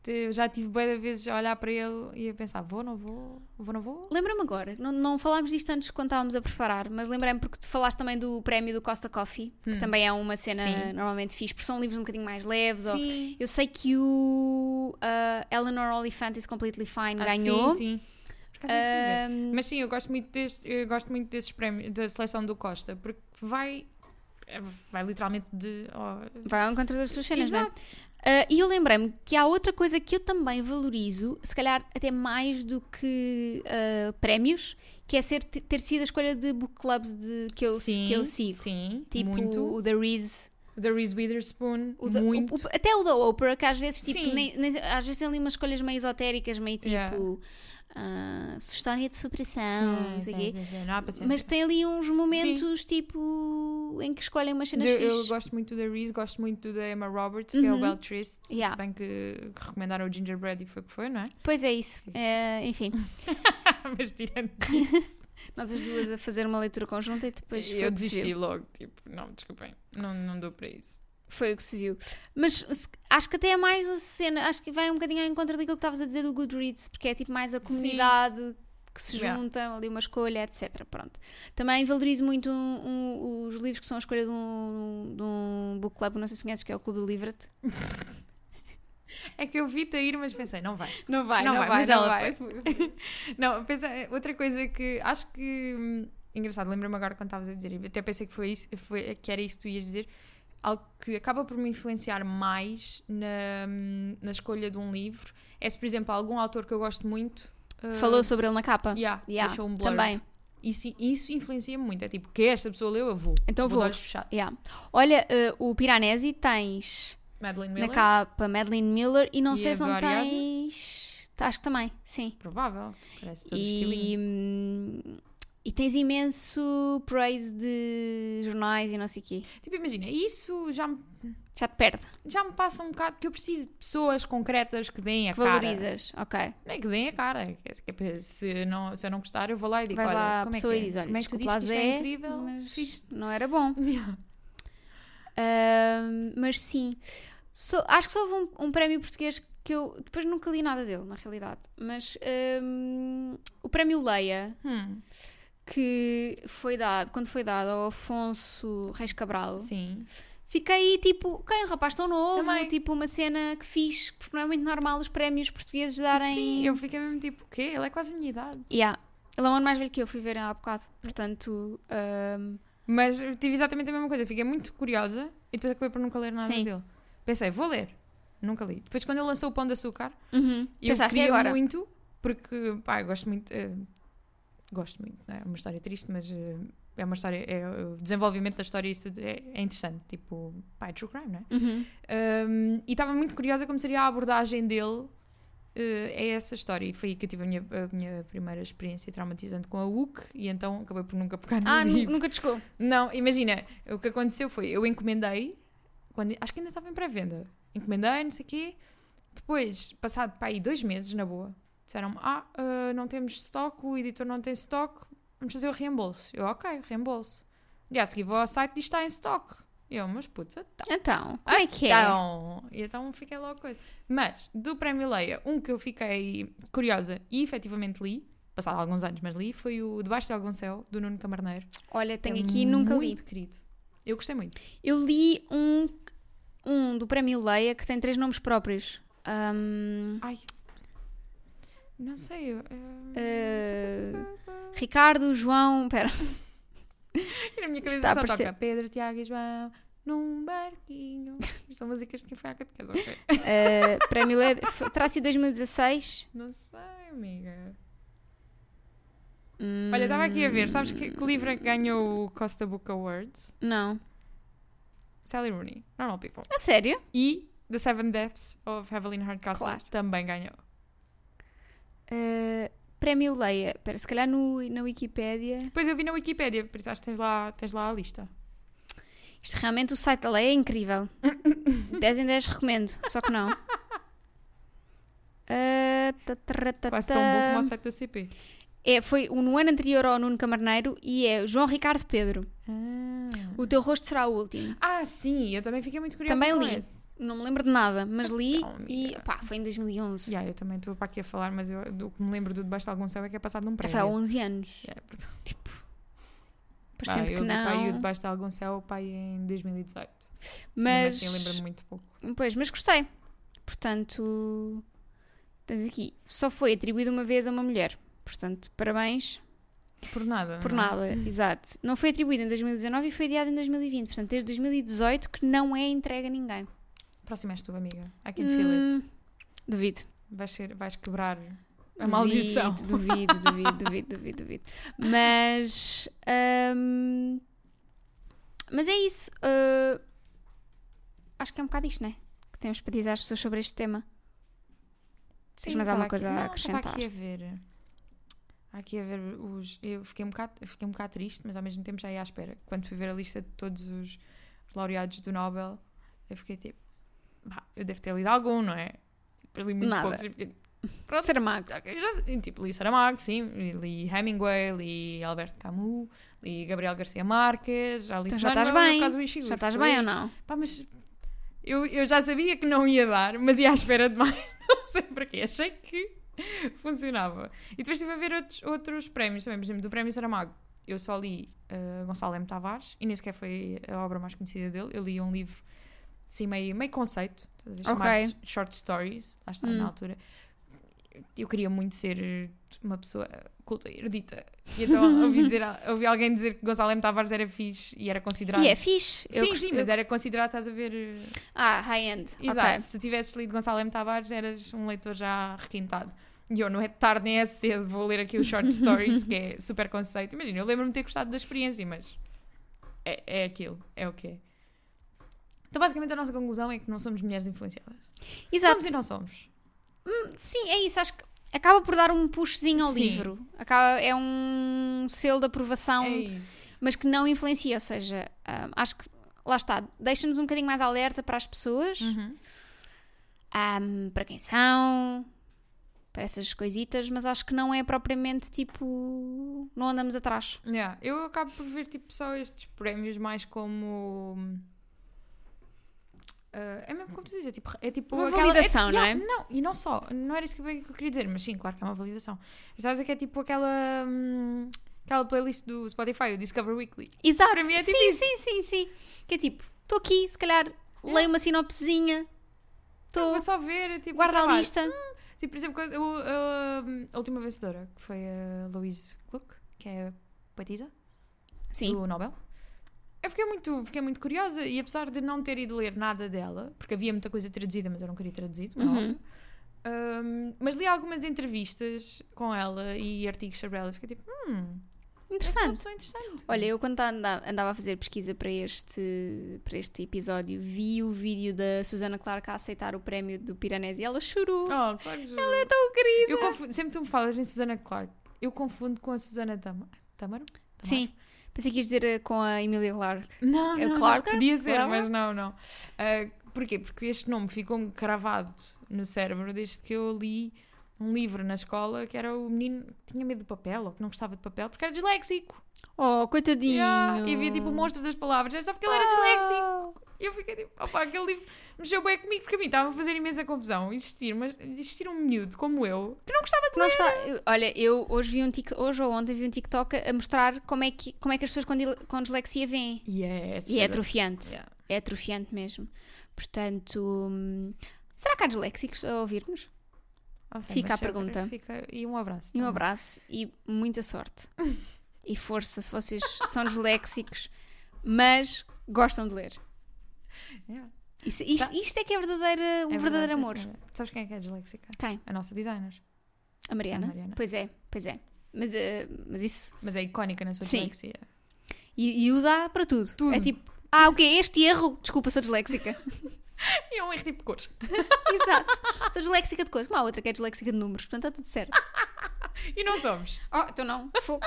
[SPEAKER 2] Eu já tive boas vezes a olhar para ele e a pensar, vou, não vou, vou, não vou.
[SPEAKER 1] Lembra-me agora, não, não falámos disto antes quando estávamos a preparar, mas lembrei-me porque tu falaste também do prémio do Costa Coffee, que
[SPEAKER 2] Hum.
[SPEAKER 1] também é uma cena
[SPEAKER 2] Sim.
[SPEAKER 1] normalmente fixe, porque são livros um bocadinho mais leves. ou-
[SPEAKER 2] Sim.
[SPEAKER 1] Eu sei que o ah, Eleanor Oliphant is Completely Fine
[SPEAKER 2] Acho que
[SPEAKER 1] ganhou.
[SPEAKER 2] Ah,
[SPEAKER 1] Ah,
[SPEAKER 2] Sim, sim. Por acaso é nem fui ver.
[SPEAKER 1] Ahm,
[SPEAKER 2] Mas sim, eu gosto muito deste, eu gosto muito desses prémios, da seleção do Costa, porque vai é, vai literalmente de oh,
[SPEAKER 1] Vai ao encontro das suas cenas, não é?
[SPEAKER 2] Exato.
[SPEAKER 1] Ah, e eu lembrei-me que há outra coisa que eu também valorizo, se calhar até mais do que ah, prémios, que é ser, ter sido a escolha de book clubs de, que, eu,
[SPEAKER 2] sim,
[SPEAKER 1] que eu sigo.
[SPEAKER 2] Sim,
[SPEAKER 1] Tipo
[SPEAKER 2] muito.
[SPEAKER 1] o da Reese,
[SPEAKER 2] O da Reese Witherspoon,
[SPEAKER 1] o da-
[SPEAKER 2] muito.
[SPEAKER 1] o- o- até o da Oprah, que às vezes, tipo,
[SPEAKER 2] Sim.
[SPEAKER 1] nem- nem- às vezes tem ali umas escolhas meio esotéricas, meio tipo
[SPEAKER 2] Yeah.
[SPEAKER 1] ah, história de superação,
[SPEAKER 2] Sim,
[SPEAKER 1] não sei o
[SPEAKER 2] sim,
[SPEAKER 1] quê.
[SPEAKER 2] sim, sim, não há paciência.
[SPEAKER 1] Mas tem ali uns momentos tipo em que escolhem umas
[SPEAKER 2] Mas
[SPEAKER 1] cenas
[SPEAKER 2] eu, eu
[SPEAKER 1] fixes.
[SPEAKER 2] gosto muito da Reese, gosto muito da Emma Roberts, que é o
[SPEAKER 1] Uhum.
[SPEAKER 2] Beltrist,
[SPEAKER 1] Yeah.
[SPEAKER 2] se bem que que recomendaram o Gingerbread e foi o que foi, não é?
[SPEAKER 1] Pois é isso. É, enfim, Ah,
[SPEAKER 2] Mas tirando
[SPEAKER 1] nós as duas a fazer uma leitura conjunta e depois foi
[SPEAKER 2] eu
[SPEAKER 1] o que se viu.
[SPEAKER 2] desisti logo, tipo, não, desculpem, não, não dou para isso.
[SPEAKER 1] Foi o que se viu. Mas se- acho que até é mais a cena, acho que vai um bocadinho ao encontro daquilo que estavas a dizer do Goodreads, porque é tipo mais a comunidade que se
[SPEAKER 2] Yeah.
[SPEAKER 1] junta, ali uma escolha, etc. Pronto. Também valorizo muito um- um- os livros que são a escolha de um, de um book club, não sei se conheces, que é o Clube do Livret.
[SPEAKER 2] É que eu vi-te a ir, mas pensei, não vai.
[SPEAKER 1] Não vai,
[SPEAKER 2] não vai, não vai.
[SPEAKER 1] Foi.
[SPEAKER 2] Não, pensa, outra coisa que acho que hum, engraçado, lembro-me agora quando estavas a dizer, e até pensei que foi isso, foi, que era isso que tu ias dizer, algo que acaba por me influenciar mais na, na escolha de um livro. É se, por exemplo, algum autor que eu gosto muito uh,
[SPEAKER 1] Falou sobre ele na capa.
[SPEAKER 2] yeah,
[SPEAKER 1] Yeah,
[SPEAKER 2] deixou um blurb.
[SPEAKER 1] também.
[SPEAKER 2] Isso, isso influencia-me muito. É tipo, que esta pessoa leu, eu vou.
[SPEAKER 1] Então
[SPEAKER 2] vou.
[SPEAKER 1] vou.
[SPEAKER 2] de olhos fechados.
[SPEAKER 1] Yeah. Olha, eh, o Piranesi tens
[SPEAKER 2] Madeline
[SPEAKER 1] na
[SPEAKER 2] Miller,
[SPEAKER 1] capa Madeline Miller e não
[SPEAKER 2] E
[SPEAKER 1] sei
[SPEAKER 2] a
[SPEAKER 1] se não
[SPEAKER 2] do Ariadne?
[SPEAKER 1] tens. tá, Acho que também, sim.
[SPEAKER 2] provável. Parece todo
[SPEAKER 1] E,
[SPEAKER 2] estilinho.
[SPEAKER 1] hum, e tens imenso praise de jornais e não sei o quê.
[SPEAKER 2] Tipo, imagina, isso já me,
[SPEAKER 1] Já te perde.
[SPEAKER 2] já me passa um bocado, que eu preciso de pessoas concretas que deem a
[SPEAKER 1] Que
[SPEAKER 2] cara.
[SPEAKER 1] valorizas. Ok.
[SPEAKER 2] Não é que deem a cara. que é- que é para- Se não, se eu não gostar, eu vou lá e digo:
[SPEAKER 1] Vais
[SPEAKER 2] olha,
[SPEAKER 1] lá à
[SPEAKER 2] como é
[SPEAKER 1] pessoa
[SPEAKER 2] que
[SPEAKER 1] e
[SPEAKER 2] é?
[SPEAKER 1] dizes: olha,
[SPEAKER 2] como é que tu
[SPEAKER 1] desculpa
[SPEAKER 2] dizes
[SPEAKER 1] lá,
[SPEAKER 2] que isto é
[SPEAKER 1] Zé,
[SPEAKER 2] incrível?
[SPEAKER 1] mas
[SPEAKER 2] Se isto-
[SPEAKER 1] não era bom. Ahm, mas sim. So- acho que só houve um, um prémio português que eu depois nunca li nada dele, na realidade. Mas ahm, o prémio Leia,
[SPEAKER 2] Hum,
[SPEAKER 1] que foi dado, quando foi dado ao Afonso Reis Cabral,
[SPEAKER 2] sim.
[SPEAKER 1] Fiquei tipo, ok, rapaz, tão novo,
[SPEAKER 2] Também.
[SPEAKER 1] tipo uma cena que fiz, porque não é muito normal os prémios portugueses darem.
[SPEAKER 2] Sim, eu fiquei mesmo tipo: o quê? Ele é quase a minha idade.
[SPEAKER 1] Yeah. Ele é um ano mais velho que eu, fui ver há bocado. Portanto, um, ahm,
[SPEAKER 2] Mas eu tive exatamente a mesma coisa. Fiquei muito curiosa e depois acabei por nunca ler nada
[SPEAKER 1] Sim.
[SPEAKER 2] dele. Pensei: vou ler. Nunca li. Depois, quando ele lançou o Pão de Açúcar,
[SPEAKER 1] uhum.
[SPEAKER 2] eu
[SPEAKER 1] pensaste e
[SPEAKER 2] queria
[SPEAKER 1] agora.
[SPEAKER 2] muito, porque, pá, eu gosto muito. eh, gosto muito, não é? É uma história triste, mas. eh, é uma história, é, o desenvolvimento da história e isso tudo é, é interessante. Tipo, pá, é true crime, não é?
[SPEAKER 1] Uhum.
[SPEAKER 2] Um, e estava muito curiosa como seria a abordagem dele uh, a essa história. E foi aí que eu tive a minha, a minha primeira experiência traumatizante com a UC e então acabei por nunca pegar no
[SPEAKER 1] Ah, nu-
[SPEAKER 2] livro.
[SPEAKER 1] nunca te chegou.
[SPEAKER 2] Não, imagina, o que aconteceu foi, eu encomendei, quando, acho que ainda estava em pré-venda, encomendei, não sei o quê, depois, passado para aí dois meses, na boa, disseram-me, ah, ah, não temos stock, o editor não tem stock, vamos fazer o reembolso. Eu, ok, reembolso. E a seguir vou ao site e está em stock. Eu, mas putz, então...
[SPEAKER 1] Então, como é que é?
[SPEAKER 2] Então, e então fiquei logo coisa. Mas, do Prémio Leia, um que eu fiquei curiosa e efetivamente li, passado alguns anos, mas li, foi o Debaixo de Algum Céu, do Nuno Camarneiro.
[SPEAKER 1] Olha, tenho
[SPEAKER 2] É
[SPEAKER 1] aqui, nunca li.
[SPEAKER 2] Muito querido. Eu gostei muito.
[SPEAKER 1] Eu li um, um do prémio Leia que tem três nomes próprios. Um, Ahm,
[SPEAKER 2] Ai. Não sei. eu- eh, eu-
[SPEAKER 1] ah, Ricardo, João. Pera.
[SPEAKER 2] E na minha cabeça
[SPEAKER 1] está a
[SPEAKER 2] só
[SPEAKER 1] aparecer.
[SPEAKER 2] toca Pedro, Tiago e João num barquinho. São músicas de quem foi à catequese, ok?
[SPEAKER 1] Ah, prémio Leia. f- Terá sido 2016.
[SPEAKER 2] Não sei, amiga.
[SPEAKER 1] Hum,
[SPEAKER 2] Olha, estava aqui a ver. Sabes que, que livro é que ganhou o Costa Book Awards?
[SPEAKER 1] Não.
[SPEAKER 2] Sally Rooney, Normal People.
[SPEAKER 1] A sério?
[SPEAKER 2] E The Seven Deaths of Evelyn Hardcastle
[SPEAKER 1] Claro.
[SPEAKER 2] também ganhou.
[SPEAKER 1] Uh, prémio Leia. Espera, se calhar no, na Wikipédia.
[SPEAKER 2] Depois eu vi na Wikipédia, por isso acho que tens lá, tens lá a lista.
[SPEAKER 1] Isto realmente o site da Leia é incrível. 10 em 10 recomendo, só que não. Uh,
[SPEAKER 2] Quase tão bom como o site da CP.
[SPEAKER 1] É, foi o- no ano anterior ao Nuno Camarneiro e é João Ricardo Pedro.
[SPEAKER 2] Ah.
[SPEAKER 1] O teu rosto será o último.
[SPEAKER 2] sim, eu também fiquei muito curiosa
[SPEAKER 1] Também
[SPEAKER 2] com
[SPEAKER 1] li.
[SPEAKER 2] esse.
[SPEAKER 1] Não me lembro de nada, mas li
[SPEAKER 2] Então,
[SPEAKER 1] e
[SPEAKER 2] amiga.
[SPEAKER 1] pá, foi em 2011.
[SPEAKER 2] Yeah, eu também estou para aqui a falar, mas eu, do que me lembro do Debaixo de Algum Céu é que é passado num
[SPEAKER 1] Já
[SPEAKER 2] prédio.
[SPEAKER 1] foi há 11 anos.
[SPEAKER 2] Yeah, perdão.
[SPEAKER 1] um Por
[SPEAKER 2] Pá,
[SPEAKER 1] sempre
[SPEAKER 2] eu
[SPEAKER 1] que
[SPEAKER 2] do pai e o
[SPEAKER 1] não.
[SPEAKER 2] Debaixo de Algum Céu, o pai em 2018. Mas...
[SPEAKER 1] Mas,
[SPEAKER 2] Assim, eu lembro-me muito pouco.
[SPEAKER 1] pois, mas gostei. Portanto, tens aqui. Só foi atribuído uma vez a uma mulher. Portanto, parabéns
[SPEAKER 2] Por nada.
[SPEAKER 1] por
[SPEAKER 2] não é?
[SPEAKER 1] nada. Exato. Não foi atribuído em 2019 e foi adiado em 2020. Portanto, desde 2018 que não é entregue a ninguém.
[SPEAKER 2] Próxima és tu, amiga. I can feel it.
[SPEAKER 1] Hum, Duvido.
[SPEAKER 2] Vais, ser, vais quebrar a
[SPEAKER 1] Duvido,
[SPEAKER 2] maldição.
[SPEAKER 1] Duvido, duvido, duvido, duvido, duvido. Mas. hum, mas é isso. Uh, acho que é um bocado isto, né? Que temos para dizer às pessoas sobre este tema. Tens mais
[SPEAKER 2] estava
[SPEAKER 1] alguma coisa a
[SPEAKER 2] aqui, não, estava
[SPEAKER 1] acrescentar?
[SPEAKER 2] aqui a ver. Aqui a ver os. Eu fiquei um, bocado, eu fiquei um bocado triste, mas ao mesmo tempo já ia à espera. Quando fui ver a lista de todos os laureados do Nobel, eu fiquei tipo. "Bah, eu devo ter lido algum, não é? Depois li muito
[SPEAKER 1] Nada.
[SPEAKER 2] poucos. e fiquei,
[SPEAKER 1] Pronto. Ser mago.
[SPEAKER 2] "Ok, eu já sei." tipo, li Saramago, sim. Li Hemingway, li Alberto Camus, li Gabriel Garcia Marques, já li
[SPEAKER 1] Então já
[SPEAKER 2] Simone
[SPEAKER 1] estás
[SPEAKER 2] Weil,
[SPEAKER 1] bem,
[SPEAKER 2] o caso do Ishiguro.
[SPEAKER 1] Já estás
[SPEAKER 2] Foi-
[SPEAKER 1] bem ou não? é
[SPEAKER 2] Pá, mas eu, eu já sabia que não ia dar, mas ia à espera demais. Não sei porquê. Achei que funcionava. E depois estive a ver outros, outros prémios também. Por exemplo, do Prémio Saramago. Eu só li eh, Gonçalo M. Tavares e nem sequer foi a obra mais conhecida dele. Eu li um livro, assim, meio, meio conceito, estás a ver?
[SPEAKER 1] Ok.
[SPEAKER 2] chamado Short Stories. Lá está,
[SPEAKER 1] Hum.
[SPEAKER 2] na altura. Eu queria muito ser eh, uma pessoa culta e erudita. E então ouvi, dizer, ouvi alguém dizer que Gonçalo M. Tavares era fixe e era considerado.
[SPEAKER 1] E é fixe. Eu
[SPEAKER 2] Sim,
[SPEAKER 1] gost-
[SPEAKER 2] sim,
[SPEAKER 1] eu-
[SPEAKER 2] mas era considerado, estás a ver. eh,
[SPEAKER 1] Ah, high-end.
[SPEAKER 2] Exato.
[SPEAKER 1] Ok.
[SPEAKER 2] Se tivesses lido Gonçalo M. Tavares, eras um leitor já requintado. E eu não é tarde nem é cedo, vou ler aqui o Short Stories, que é super conceito. Imagina, eu lembro-me de ter gostado da experiência, mas é, é aquilo, é o que é. Então, basicamente, a nossa conclusão é que não somos mulheres influenciadas.
[SPEAKER 1] Exato.
[SPEAKER 2] Somos e não somos.
[SPEAKER 1] Sim, é isso. Acho que acaba por dar um puxozinho ao
[SPEAKER 2] Sim.
[SPEAKER 1] livro. Acaba- é um selo de aprovação.
[SPEAKER 2] É isso.
[SPEAKER 1] mas que não influencia, ou seja, hum, acho que lá está, deixa-nos um bocadinho mais alerta para as pessoas,
[SPEAKER 2] Uhum.
[SPEAKER 1] hum, para quem são, para essas coisitas, mas acho que não é propriamente tipo, não andamos atrás.
[SPEAKER 2] Yeah, Eu acabo por ver tipo, só estes prémios mais como. ah, é mesmo como tu dizes, é tipo, é tipo
[SPEAKER 1] Uma
[SPEAKER 2] aquela-
[SPEAKER 1] validação,
[SPEAKER 2] é,
[SPEAKER 1] não é?
[SPEAKER 2] yeah, Não, e não só, não era isso que eu que eu queria dizer, mas sim, claro que é uma validação. Mas Sabes é que é tipo aquela, hum, aquela playlist do Spotify, o Discover Weekly.
[SPEAKER 1] Exato,
[SPEAKER 2] Para mim é tipo
[SPEAKER 1] sim,
[SPEAKER 2] isso.
[SPEAKER 1] sim, sim, sim, que é tipo, estou aqui, se calhar leio uma sinopsezinha,
[SPEAKER 2] É. Eu
[SPEAKER 1] estou,
[SPEAKER 2] vou só ver, é tipo.
[SPEAKER 1] guarda a
[SPEAKER 2] trabalho.
[SPEAKER 1] lista,
[SPEAKER 2] Tipo, por exemplo, quando eu, ah, a última vencedora, que foi a Louise Gluck, que é poetisa.
[SPEAKER 1] sim,
[SPEAKER 2] do Nobel. Eu fiquei muito, fiquei muito curiosa e apesar de não ter ido ler nada dela, porque havia muita coisa traduzida, mas eu não queria traduzir, como é
[SPEAKER 1] Uhum.
[SPEAKER 2] óbvio. Ahm, mas li algumas entrevistas com ela e artigos sobre ela e fiquei tipo, hum, essa é uma
[SPEAKER 1] interessante.
[SPEAKER 2] pessoa interessante.
[SPEAKER 1] Olha, eu quando anda- andava a fazer pesquisa para este, para este episódio, vi o vídeo da Susana Clark a aceitar o prémio do Piranesi e ela chorou.
[SPEAKER 2] Oh, claro.
[SPEAKER 1] Ela é tão querida.
[SPEAKER 2] Eu confundo, sempre tu me falas em Susana Clark, eu confundo com a Susana Tam Tamaro? Tamar?
[SPEAKER 1] Sim. Pensei que ias dizer eh, com a Emília Clark.
[SPEAKER 2] Não,
[SPEAKER 1] É
[SPEAKER 2] não,
[SPEAKER 1] claro
[SPEAKER 2] claro
[SPEAKER 1] que
[SPEAKER 2] que podia ser,
[SPEAKER 1] claro.
[SPEAKER 2] mas não, não. Ah, porquê? Porque este nome ficou-me cravado no cérebro desde que eu li um livro na escola que era o menino que tinha medo de papel ou que não gostava de papel porque era disléxico.
[SPEAKER 1] Oh, coitadinho.
[SPEAKER 2] Yeah, e havia
[SPEAKER 1] oh.
[SPEAKER 2] tipo o monstro das palavras, era só porque ele
[SPEAKER 1] Ah.
[SPEAKER 2] era disléxico. E eu fiquei tipo, opa, aquele livro mexeu bem comigo porque a mim estava a fazer imensa confusão existir, mas existir um miúdo como eu que não gostava de
[SPEAKER 1] Não é está- eu- Olha, eu hoje vi um tic... hoje ou ontem vi um TikTok a mostrar como é que, como é que as pessoas com, dil- com dislexia veem.
[SPEAKER 2] E é
[SPEAKER 1] E é atrofiante.
[SPEAKER 2] Yeah.
[SPEAKER 1] É atrofiante mesmo. Portanto, hum, será que há disléxicos a ouvir-nos?
[SPEAKER 2] Não sei,
[SPEAKER 1] Fica
[SPEAKER 2] mas
[SPEAKER 1] a pergunta.
[SPEAKER 2] é fica- E um abraço.
[SPEAKER 1] E um
[SPEAKER 2] também.
[SPEAKER 1] abraço e muita sorte. e força se vocês são disléxicos, mas gostam de ler.
[SPEAKER 2] Yeah.
[SPEAKER 1] Isso- isto, isto é que é verdadeira, um
[SPEAKER 2] Tá. É verdade,
[SPEAKER 1] verdadeiro
[SPEAKER 2] sim,
[SPEAKER 1] amor.
[SPEAKER 2] senhora. Sabes quem é que é disléxica?
[SPEAKER 1] Quem?
[SPEAKER 2] A nossa designer.
[SPEAKER 1] A Mariana?
[SPEAKER 2] A Mariana.
[SPEAKER 1] Pois é, pois é. Mas, eh, mas isso.
[SPEAKER 2] Mas é icónica na sua
[SPEAKER 1] Sim.
[SPEAKER 2] dislexia.
[SPEAKER 1] E, e usa para tudo.
[SPEAKER 2] Tudo.
[SPEAKER 1] É tipo, ah, o quê? Este erro? Desculpa, sou disléxica.
[SPEAKER 2] E é um erro tipo de cores.
[SPEAKER 1] Exato. Sou disléxica de coisas, como a outra que é disléxica de números. Portanto, está tudo certo.
[SPEAKER 2] E não somos.
[SPEAKER 1] Oh, então não. Fogo.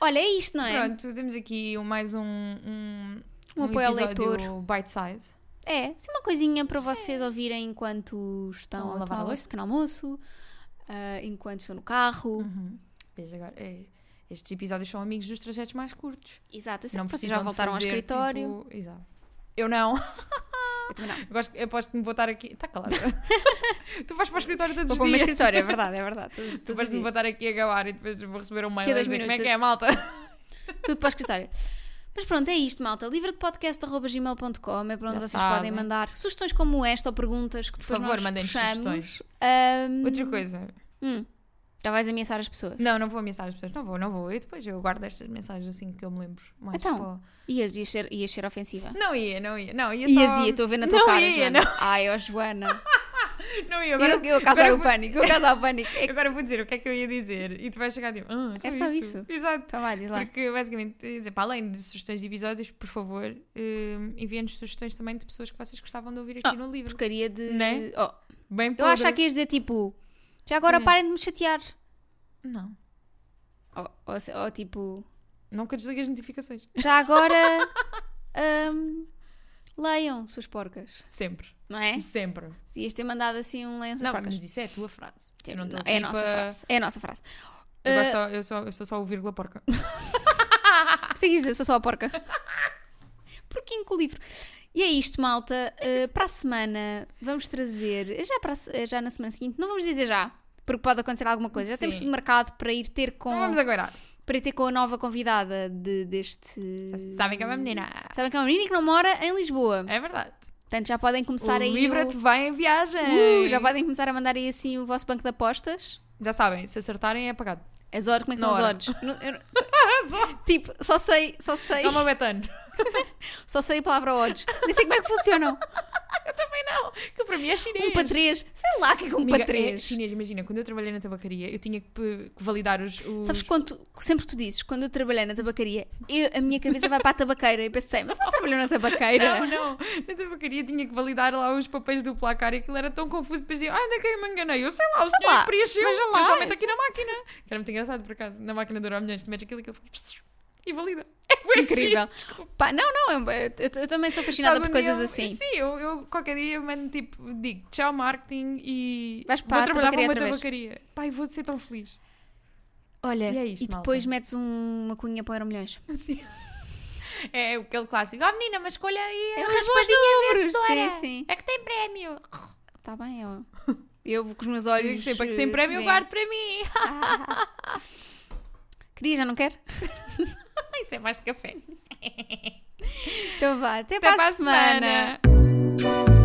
[SPEAKER 1] Olha, é isto, não é?
[SPEAKER 2] Pronto, temos aqui um- mais um, um,
[SPEAKER 1] Um apoio ao
[SPEAKER 2] episódio
[SPEAKER 1] leitor.
[SPEAKER 2] bite-size.
[SPEAKER 1] É, se uma coisinha para vocês ouvirem enquanto estão
[SPEAKER 2] Estão a
[SPEAKER 1] a,
[SPEAKER 2] lavar
[SPEAKER 1] tomar
[SPEAKER 2] a
[SPEAKER 1] o
[SPEAKER 2] louça.
[SPEAKER 1] vosso pequeno almoço, ah, enquanto estão no carro.
[SPEAKER 2] Uhum. Vês agora, é, estes episódios são amigos dos trajetos mais curtos.
[SPEAKER 1] Exato, eu sei
[SPEAKER 2] não
[SPEAKER 1] que vocês
[SPEAKER 2] precisam
[SPEAKER 1] já
[SPEAKER 2] de
[SPEAKER 1] voltaram
[SPEAKER 2] fazer,
[SPEAKER 1] ao escritório.
[SPEAKER 2] tipo, exato. Eu não.
[SPEAKER 1] Eu também não.
[SPEAKER 2] Eu gosto- eu aposto que me vou estar aqui. Está calada. tu vais para o escritório todos
[SPEAKER 1] Vou
[SPEAKER 2] os
[SPEAKER 1] para o meu
[SPEAKER 2] dias.
[SPEAKER 1] escritório, é verdade, é verdade. Tudo,
[SPEAKER 2] Tu
[SPEAKER 1] tudo,
[SPEAKER 2] vais-me botar aqui a gabar e depois vou receber um mail
[SPEAKER 1] Que
[SPEAKER 2] a
[SPEAKER 1] dois
[SPEAKER 2] dizer como é
[SPEAKER 1] minutos.
[SPEAKER 2] que é a malta.
[SPEAKER 1] tudo para o escritório. Mas pronto, é isto, malta. livredepodcast.gmail.com é para onde
[SPEAKER 2] Já
[SPEAKER 1] vocês
[SPEAKER 2] sabem.
[SPEAKER 1] podem mandar sugestões como esta ou perguntas que depois
[SPEAKER 2] favor,
[SPEAKER 1] nós
[SPEAKER 2] mandem-nos
[SPEAKER 1] puxamos.
[SPEAKER 2] sugestões.
[SPEAKER 1] Ahm,
[SPEAKER 2] Outra coisa.
[SPEAKER 1] hum, já vais ameaçar as pessoas.
[SPEAKER 2] Não, não vou ameaçar as pessoas. Não vou, não vou. E depois eu guardo estas mensagens assim que eu me lembro. Mais
[SPEAKER 1] Então.
[SPEAKER 2] para o-
[SPEAKER 1] Ias, ias, ser, ias ser ofensiva.
[SPEAKER 2] Não ia, não ia. Não, ia só...
[SPEAKER 1] Ias, ia, estou a ver na tua
[SPEAKER 2] Não
[SPEAKER 1] cara,
[SPEAKER 2] ia,
[SPEAKER 1] Joana. Ai, ó Joana.
[SPEAKER 2] Não ia. Agora, um
[SPEAKER 1] Eu, eu a causar
[SPEAKER 2] agora
[SPEAKER 1] o pânico, eu a causar o pânico. É que...
[SPEAKER 2] agora vou dizer o que é que eu ia dizer. E tu vais chegar tipo... Ah, só
[SPEAKER 1] É só isso.
[SPEAKER 2] Exato.
[SPEAKER 1] Então vai, diz lá.
[SPEAKER 2] Porque basicamente, quer dizer, para além de sugestões de episódios, por favor, hum, enviem-nos sugestões também de pessoas que vocês gostavam de ouvir aqui
[SPEAKER 1] Ah,
[SPEAKER 2] no livro.
[SPEAKER 1] Porcaria de...
[SPEAKER 2] Né?
[SPEAKER 1] Oh,
[SPEAKER 2] Bem
[SPEAKER 1] eu
[SPEAKER 2] podre.
[SPEAKER 1] acho que ias dizer tipo... Já agora
[SPEAKER 2] Sim.
[SPEAKER 1] parem de me chatear.
[SPEAKER 2] Não.
[SPEAKER 1] Ou, ou se- ou, tipo...
[SPEAKER 2] Nunca desliguei as notificações.
[SPEAKER 1] Já agora... ahm, leiam, suas porcas.
[SPEAKER 2] Sempre.
[SPEAKER 1] Não é?
[SPEAKER 2] Sempre.
[SPEAKER 1] Ias ter mandado assim um leiam, suas
[SPEAKER 2] Não,
[SPEAKER 1] porcas.
[SPEAKER 2] mas isso é a tua frase. Eu não
[SPEAKER 1] Não,
[SPEAKER 2] estou
[SPEAKER 1] é a
[SPEAKER 2] aqui
[SPEAKER 1] nossa
[SPEAKER 2] para-
[SPEAKER 1] frase. É a nossa frase.
[SPEAKER 2] Eu,
[SPEAKER 1] Eh,
[SPEAKER 2] gosto só, eu, só, eu sou só o vírgula porca.
[SPEAKER 1] Sei que ias dizer, sou só a porca. Porquinho com o livro. E é isto, malta. Uh, para a semana vamos trazer. Já, para a se- uh, já na semana seguinte, não vamos dizer já, porque pode acontecer alguma coisa. Já
[SPEAKER 2] Sim.
[SPEAKER 1] temos tudo marcado para ir ter com,
[SPEAKER 2] Não vamos agorar.
[SPEAKER 1] para ir ter com a nova convidada de- deste.
[SPEAKER 2] Sabem que é uma menina.
[SPEAKER 1] Sabem que é uma menina que não mora em Lisboa.
[SPEAKER 2] É verdade.
[SPEAKER 1] Portanto, já podem começar
[SPEAKER 2] o
[SPEAKER 1] aí.
[SPEAKER 2] livro é te
[SPEAKER 1] o...
[SPEAKER 2] vai em viagem.
[SPEAKER 1] Uh, já podem começar a mandar aí assim o vosso banco de apostas.
[SPEAKER 2] Já sabem, se acertarem é apagado.
[SPEAKER 1] As horas, como é que
[SPEAKER 2] Na
[SPEAKER 1] estão as
[SPEAKER 2] hora.
[SPEAKER 1] horas? Não- eu não- tipo, só sei, só sei,
[SPEAKER 2] Dá É uma betano.
[SPEAKER 1] só sei a palavra odds. Nem sei como é que funcionam.
[SPEAKER 2] Que para mim é chinês.
[SPEAKER 1] Um para três. Sei lá o que é que é um
[SPEAKER 2] Amiga,
[SPEAKER 1] para
[SPEAKER 2] É
[SPEAKER 1] três.
[SPEAKER 2] chinês, imagina, quando eu trabalhei na tabacaria, eu tinha que pe- que validar os. os-
[SPEAKER 1] Sabes quanto, sempre que tu dizes, quando eu trabalhei na tabacaria, eu- a minha cabeça vai para a tabaqueira e pensei, mas não trabalhou na tabaqueira?
[SPEAKER 2] Não, não. Na tabacaria tinha que validar lá os papéis do placar e aquilo era tão confuso. Depois dizia, ah, onde é que eu me enganei? Eu sei lá, é o
[SPEAKER 1] Sei
[SPEAKER 2] senhor
[SPEAKER 1] lá,
[SPEAKER 2] que preencheu.
[SPEAKER 1] veja lá.
[SPEAKER 2] Pessoalmente aqui na máquina. Que era muito engraçado, por acaso. Na máquina do milhões, tu metes aquilo e aquilo faz- e valida. É bué
[SPEAKER 1] Incrível.
[SPEAKER 2] giro.
[SPEAKER 1] Pá, não, não, eu, eu- eu também sou fascinada
[SPEAKER 2] Se algum
[SPEAKER 1] por coisas
[SPEAKER 2] dia eu-
[SPEAKER 1] assim.
[SPEAKER 2] Sim, eu, eu qualquer dia eu mando tipo, digo tchau marketing e
[SPEAKER 1] Vais
[SPEAKER 2] vou
[SPEAKER 1] para a
[SPEAKER 2] trabalhar para
[SPEAKER 1] tabacaria
[SPEAKER 2] uma
[SPEAKER 1] outra vez.
[SPEAKER 2] tabacaria. Pai, vou ser tão feliz.
[SPEAKER 1] Olha,
[SPEAKER 2] E
[SPEAKER 1] e,
[SPEAKER 2] é isto,
[SPEAKER 1] depois
[SPEAKER 2] malta.
[SPEAKER 1] metes um- uma cunha para o milhões.
[SPEAKER 2] Sim. É aquele clássico. Ah, menina, mas escolha aí
[SPEAKER 1] Eu
[SPEAKER 2] a
[SPEAKER 1] raspo os
[SPEAKER 2] raspadinha
[SPEAKER 1] números.
[SPEAKER 2] vencedora.
[SPEAKER 1] Sim, sim.
[SPEAKER 2] É que tem prémio.
[SPEAKER 1] Está Tá bem, eu, eu vou com os meus
[SPEAKER 2] Eu
[SPEAKER 1] olhos.
[SPEAKER 2] digo sempre, é que
[SPEAKER 1] eh,
[SPEAKER 2] tem prémio, eu
[SPEAKER 1] veem.
[SPEAKER 2] guardo para mim.
[SPEAKER 1] Queria, já não quer?
[SPEAKER 2] Isso é mais de café.
[SPEAKER 1] Então vá, até,
[SPEAKER 2] Até
[SPEAKER 1] para a semana.
[SPEAKER 2] semana.